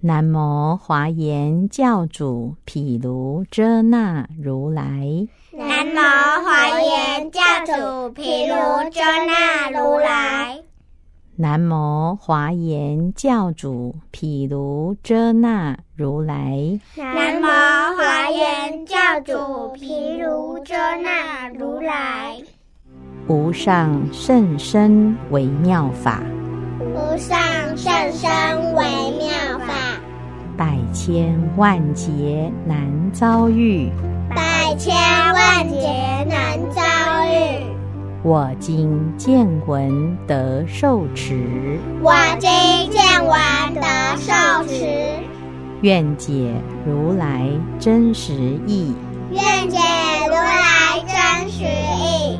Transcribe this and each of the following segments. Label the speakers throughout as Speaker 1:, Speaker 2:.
Speaker 1: 南无华严教主毗卢遮那如来，
Speaker 2: 南无华严教主毗卢遮那如来，
Speaker 1: 南无华严教主毗卢遮那如来，
Speaker 2: 南无华严教主毗卢遮那如来，
Speaker 1: 无上甚深微妙法，
Speaker 2: 无上甚深微妙法，
Speaker 1: 百千万劫难遭遇。
Speaker 2: 百千万劫难遭遇。
Speaker 1: 我今见闻得受持，
Speaker 2: 我今见闻得受持，
Speaker 1: 愿解如来真实义，
Speaker 2: 愿解如来真实义。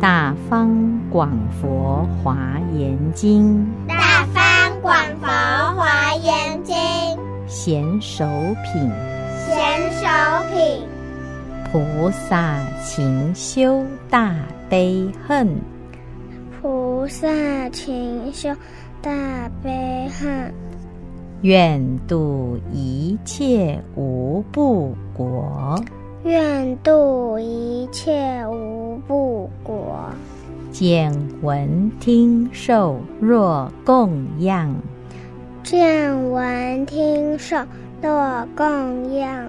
Speaker 1: 大方广佛华严经，
Speaker 2: 大方广佛华严经，
Speaker 1: 贤首品
Speaker 2: 贤首品，
Speaker 1: 菩萨勤修大悲恨，
Speaker 3: 菩萨勤修大悲恨，
Speaker 1: 愿度一切无不国。
Speaker 3: 愿度一切无不果。
Speaker 1: 见闻听受若供养，
Speaker 3: 见闻听受乐供养，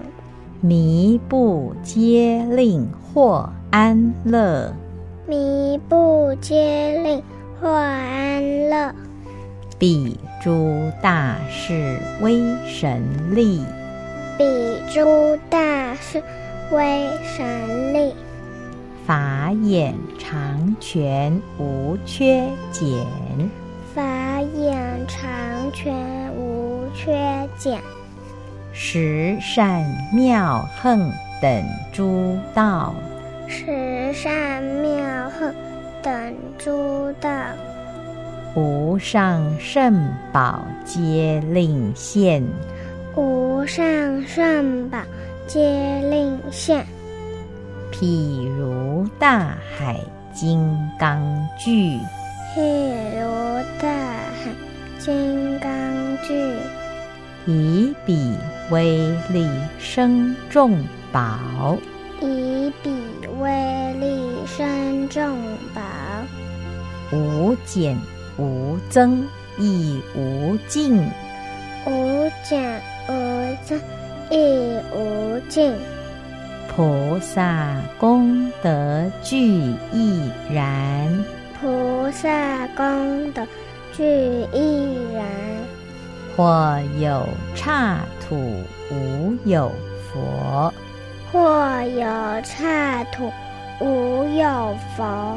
Speaker 1: 迷不皆令获安乐。
Speaker 3: 迷不皆令获安乐。
Speaker 1: 彼诸大士威神力，
Speaker 3: 彼诸大士威神力，
Speaker 1: 法眼常全无缺减。
Speaker 3: 法眼常全无缺减。
Speaker 1: 十善妙横等诸道，
Speaker 3: 十善妙恨等诸道，
Speaker 1: 无上甚宝皆令现。
Speaker 3: 无上甚宝皆令现。
Speaker 1: 譬如大海金刚聚，
Speaker 3: 譬如大海金刚聚，
Speaker 1: 以彼威力生众宝。
Speaker 3: 以彼威力生众宝，
Speaker 1: 无减无增，亦无尽。
Speaker 3: 无减无增，亦无尽。
Speaker 1: 菩萨功德具亦然，
Speaker 3: 菩萨功德具亦然，
Speaker 1: 或有刹土，无有佛。
Speaker 3: 或有刹土，无有佛。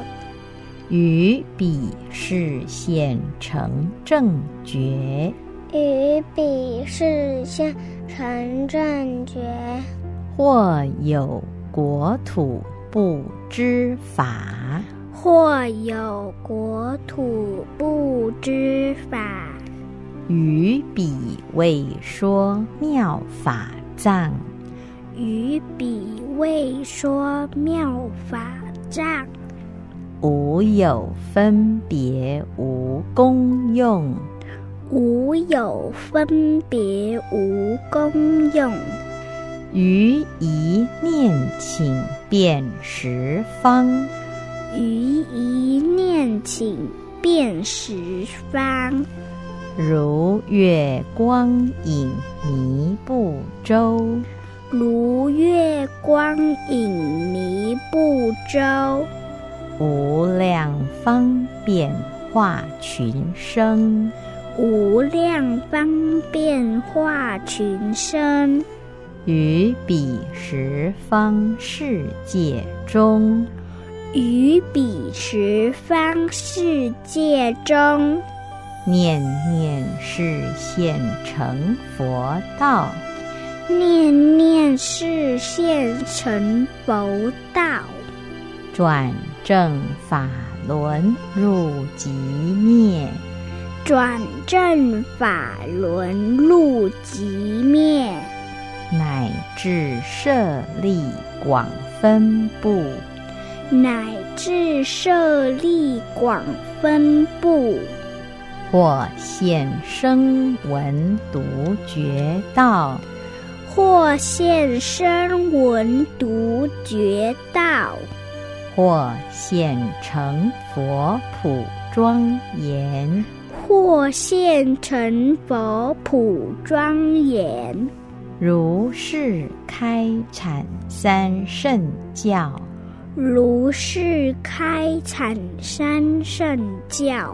Speaker 1: 于彼世现成正觉，
Speaker 3: 于彼世现成正觉。
Speaker 1: 或有国土不知法，
Speaker 3: 或有国土不知法，
Speaker 1: 于彼未说妙法藏，
Speaker 3: 于彼未说妙法藏，
Speaker 1: 无有分别，无功用。
Speaker 3: 无有分别无功用。
Speaker 1: 于一念请遍十方，
Speaker 3: 于一念起，遍十方，
Speaker 1: 如月光影迷不周。
Speaker 3: 如月光影迷不周。
Speaker 1: 无量方便化群生，
Speaker 3: 无量方便化群生，
Speaker 1: 于彼十方世界中，
Speaker 3: 于彼十方世界中，
Speaker 1: 念念是现成佛道。
Speaker 3: 念念是现成佛道，
Speaker 1: 转正法轮入极灭。
Speaker 3: 转正法轮入极灭，
Speaker 1: 乃至舍利广分布，
Speaker 3: 乃至舍利广分布，
Speaker 1: 或现声闻独觉道，
Speaker 3: 或现声闻独觉道，
Speaker 1: 或现成佛普庄严，
Speaker 3: 或现成佛普庄严，
Speaker 1: 如是开阐三圣教，
Speaker 3: 如是开阐三圣教，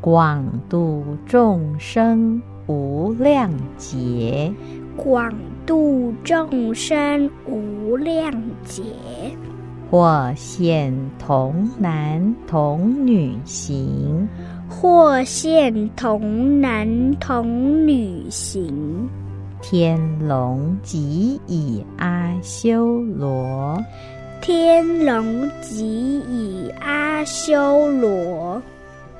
Speaker 1: 广度众生无量劫。
Speaker 3: 广度众生无量劫。
Speaker 1: 或现童男童女行，
Speaker 3: 或现童男童女行，
Speaker 1: 天龙即以阿修罗，
Speaker 3: 天龙即以阿修罗，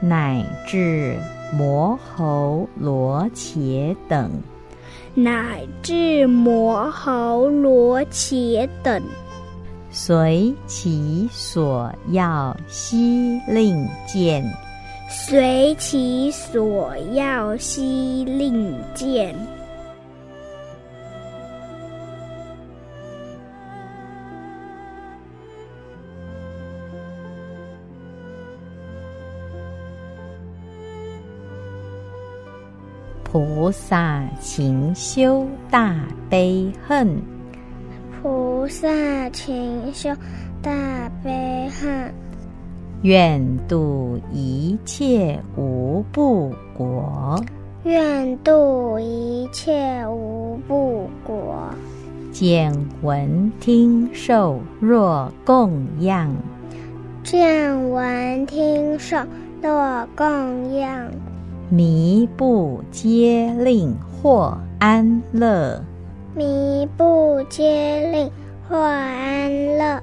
Speaker 1: 乃至摩侯罗伽等，
Speaker 3: 乃至摩侯罗伽等，
Speaker 1: 随其所要悉令见。
Speaker 3: 随其所要悉令见。
Speaker 1: 菩萨勤修大悲恨，
Speaker 2: 菩萨勤修大悲恨，
Speaker 1: 愿度一切无不果。
Speaker 2: 愿度一切无不果。
Speaker 1: 见闻听受若供养，
Speaker 2: 见闻听受乐供养，
Speaker 1: 迷不皆令获安乐。
Speaker 2: 迷不接令获安乐。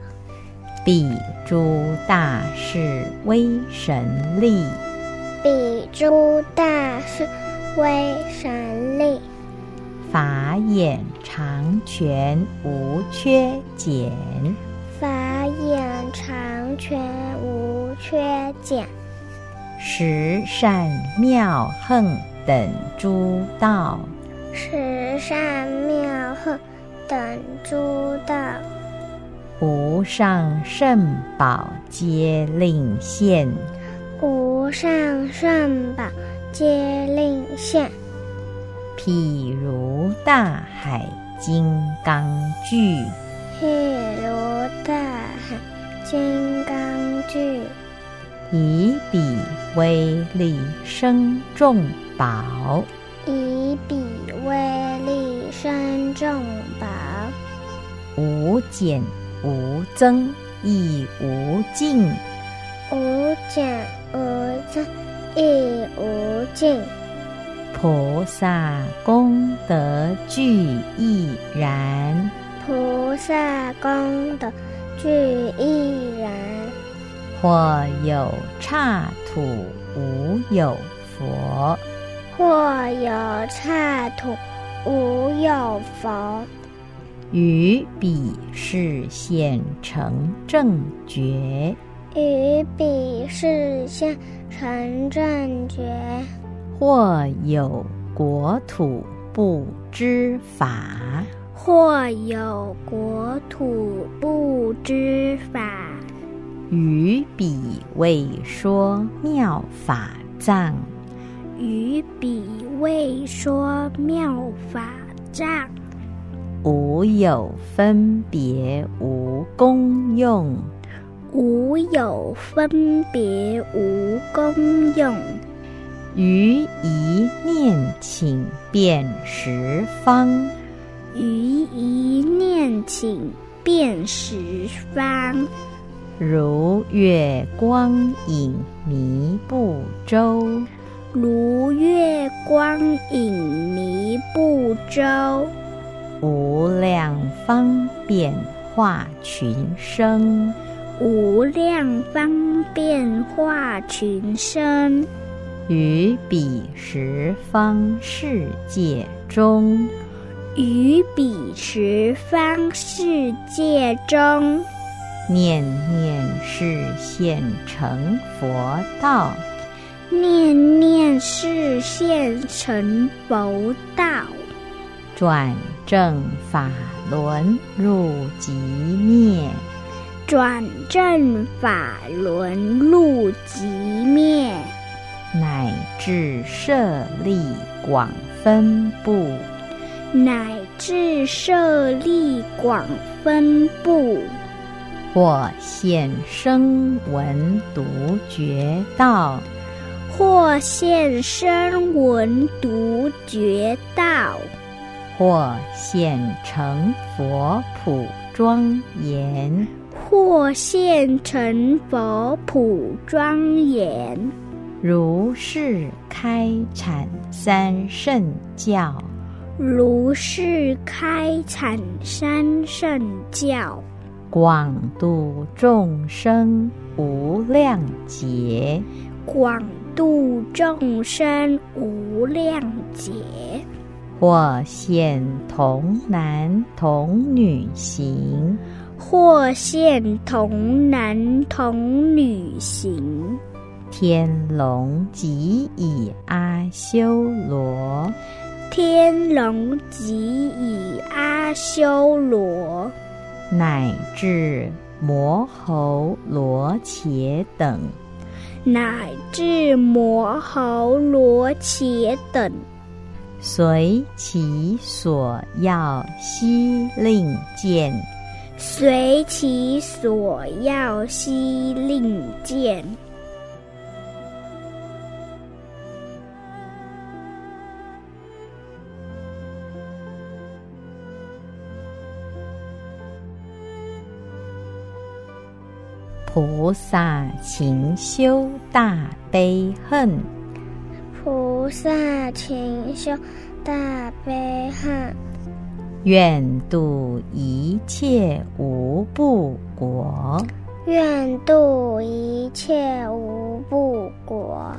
Speaker 1: 彼诸大士威神力，
Speaker 2: 比诸大士威神力，
Speaker 1: 法眼常全无缺减。
Speaker 2: 法眼常全无缺减，
Speaker 1: 十善妙横等诸道，
Speaker 2: 十善妙恨等诸道，
Speaker 1: 无上圣宝皆令现。
Speaker 2: 无上圣宝皆令现。
Speaker 1: 譬如大海金刚聚，
Speaker 2: 譬如大海金刚聚，
Speaker 1: 以彼威力生众宝，
Speaker 2: 以彼威力生众宝，
Speaker 1: 无减无增，亦无尽。
Speaker 2: 无减无增，亦无尽。
Speaker 1: 菩萨功德具亦然，
Speaker 2: 菩萨功德具亦然，
Speaker 1: 或有刹土，无有佛。
Speaker 2: 或有刹土，无有佛。
Speaker 1: 于彼是现成正觉，
Speaker 2: 于彼是现成正觉，
Speaker 1: 或有国土不知法，
Speaker 3: 或有国土不知法，
Speaker 1: 于彼未说妙法藏，
Speaker 3: 于彼未说妙法藏，
Speaker 1: 无有分别，无功用。
Speaker 3: 无有分别无功用。
Speaker 1: 于一念请遍十方，
Speaker 3: 于一念请遍十方，
Speaker 1: 如月光影迷不周。
Speaker 3: 如月光影迷不周。
Speaker 1: 无量方便化群生，
Speaker 3: 无量方便化群生，
Speaker 1: 于彼十方世界中，
Speaker 3: 于彼十方世界中，
Speaker 1: 念念是现成佛道。
Speaker 3: 念念是现成佛道，
Speaker 1: 转正法轮入极灭，
Speaker 3: 转正法轮入极灭，
Speaker 1: 乃至舍利广分布，
Speaker 3: 乃至舍利广分布。
Speaker 1: 或现声闻独觉道，
Speaker 3: 或现声闻独觉道，
Speaker 1: 或现成佛普庄严，
Speaker 3: 或现成佛普庄严。
Speaker 1: 如是开阐三圣教，
Speaker 3: 如是开阐三圣教，
Speaker 1: 广度众生无量劫。
Speaker 3: 广度众生无量劫。
Speaker 1: 或现童男童女形，
Speaker 3: 或现童男童女行，
Speaker 1: 天龙即以阿修罗，
Speaker 3: 天龙即以阿修罗，
Speaker 1: 乃至摩喉罗伽等，
Speaker 3: 乃至摩喉罗伽等，
Speaker 1: 随其所要悉令见。
Speaker 3: 随其所要悉令见。
Speaker 1: 菩萨勤修大悲恨，
Speaker 2: 菩萨勤修大悲恨，
Speaker 1: 愿度一切无不国。
Speaker 2: 愿度一切无不国。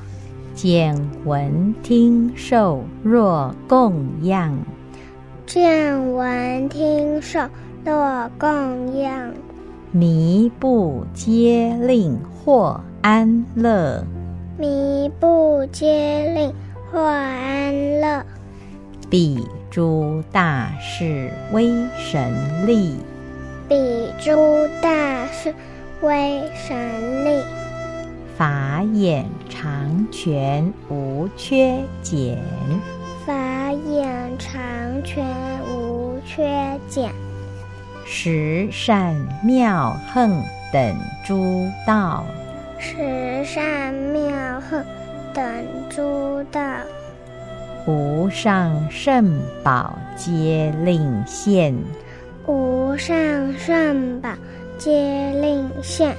Speaker 1: 见闻听受若供养，
Speaker 2: 见闻听受乐供养，
Speaker 1: 弥不皆令获安乐。
Speaker 2: 迷不接令获安乐。
Speaker 1: 彼诸大士威神力，
Speaker 2: 比诸大士威神力，
Speaker 1: 法眼常全无缺减。
Speaker 2: 法眼常全无缺减。
Speaker 1: 十善妙恒等诸道，
Speaker 2: 十善妙恨等诸道，
Speaker 1: 无上圣宝皆令现，
Speaker 2: 无上圣宝皆令现。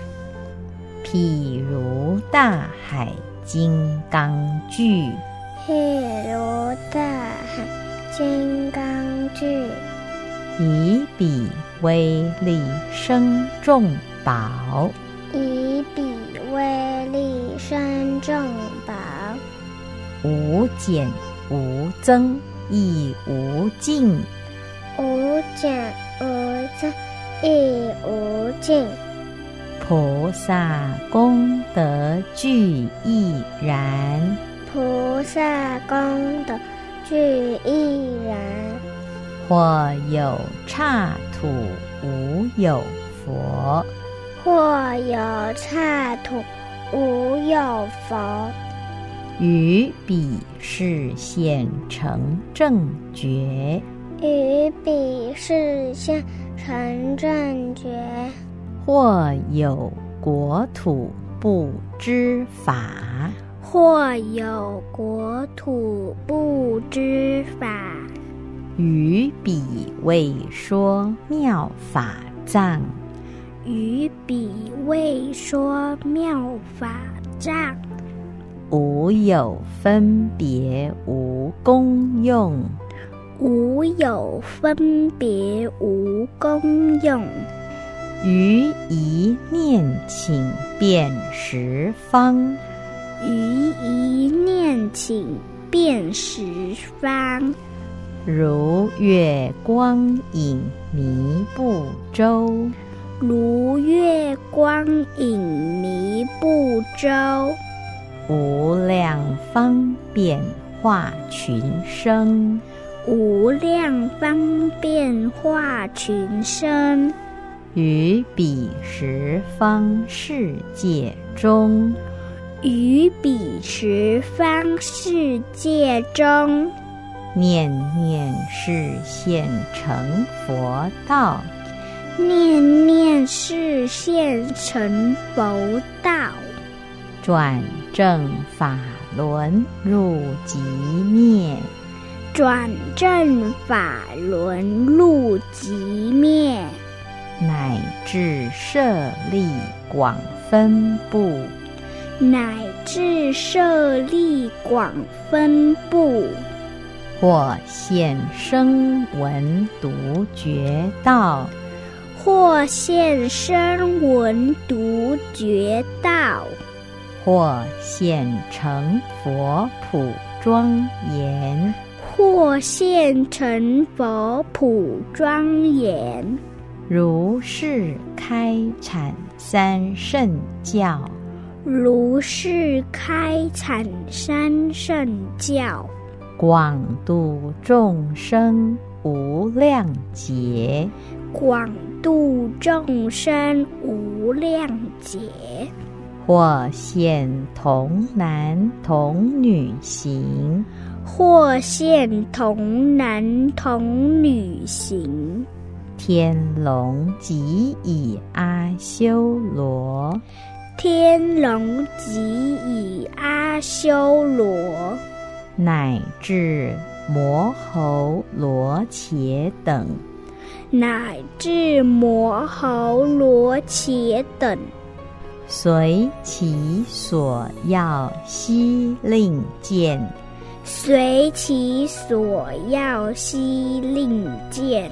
Speaker 1: 譬如大海金刚聚，
Speaker 2: 譬如大海金刚聚，
Speaker 1: 以彼威力生众宝，
Speaker 2: 以彼威力生众宝，
Speaker 1: 无减无增，亦无尽，
Speaker 2: 无减无增，亦无尽。
Speaker 1: 菩萨功德具亦然。
Speaker 2: 菩萨功德具一然，
Speaker 1: 或有刹土无有佛，
Speaker 2: 或有刹土，无有佛。
Speaker 1: 于彼是现成正觉，
Speaker 2: 于彼是现成正觉，
Speaker 1: 或有国土不知法，
Speaker 3: 或有国土不知法，
Speaker 1: 于彼未说妙法藏，
Speaker 3: 于彼未说妙法藏，
Speaker 1: 无有分别无功用，
Speaker 3: 无有分别无功用，
Speaker 1: 于一念请遍十方，
Speaker 3: 于一念请遍十方，
Speaker 1: 如月光影迷不周。
Speaker 3: 如月光影迷不周，
Speaker 1: 无量方便化群生，
Speaker 3: 无量方便化群生。
Speaker 1: 于彼十方世界中，
Speaker 3: 于彼十方世界中，
Speaker 1: 念念是现成佛道。
Speaker 3: 念念是现成佛道，
Speaker 1: 转正法轮入极灭，
Speaker 3: 转正法轮入极灭，
Speaker 1: 乃至舍利广分布，
Speaker 3: 乃至舍利广分布，
Speaker 1: 或现声闻独觉道。
Speaker 3: 或现声闻独觉道，
Speaker 1: 或现成佛普庄严，
Speaker 3: 或现成佛普庄严，
Speaker 1: 如是开阐三圣教，
Speaker 3: 如是开阐三圣教，
Speaker 1: 广度众生无量劫。
Speaker 3: 广度众生无量劫。
Speaker 1: 或现童男童女形，
Speaker 3: 或现童男童女形，
Speaker 1: 天龙即以阿修罗，
Speaker 3: 天龙即以阿修罗，
Speaker 1: 乃至摩喉罗伽等，
Speaker 3: 乃至摩喉罗伽等，
Speaker 1: 随其所要悉令见。
Speaker 3: 随其所要悉令见。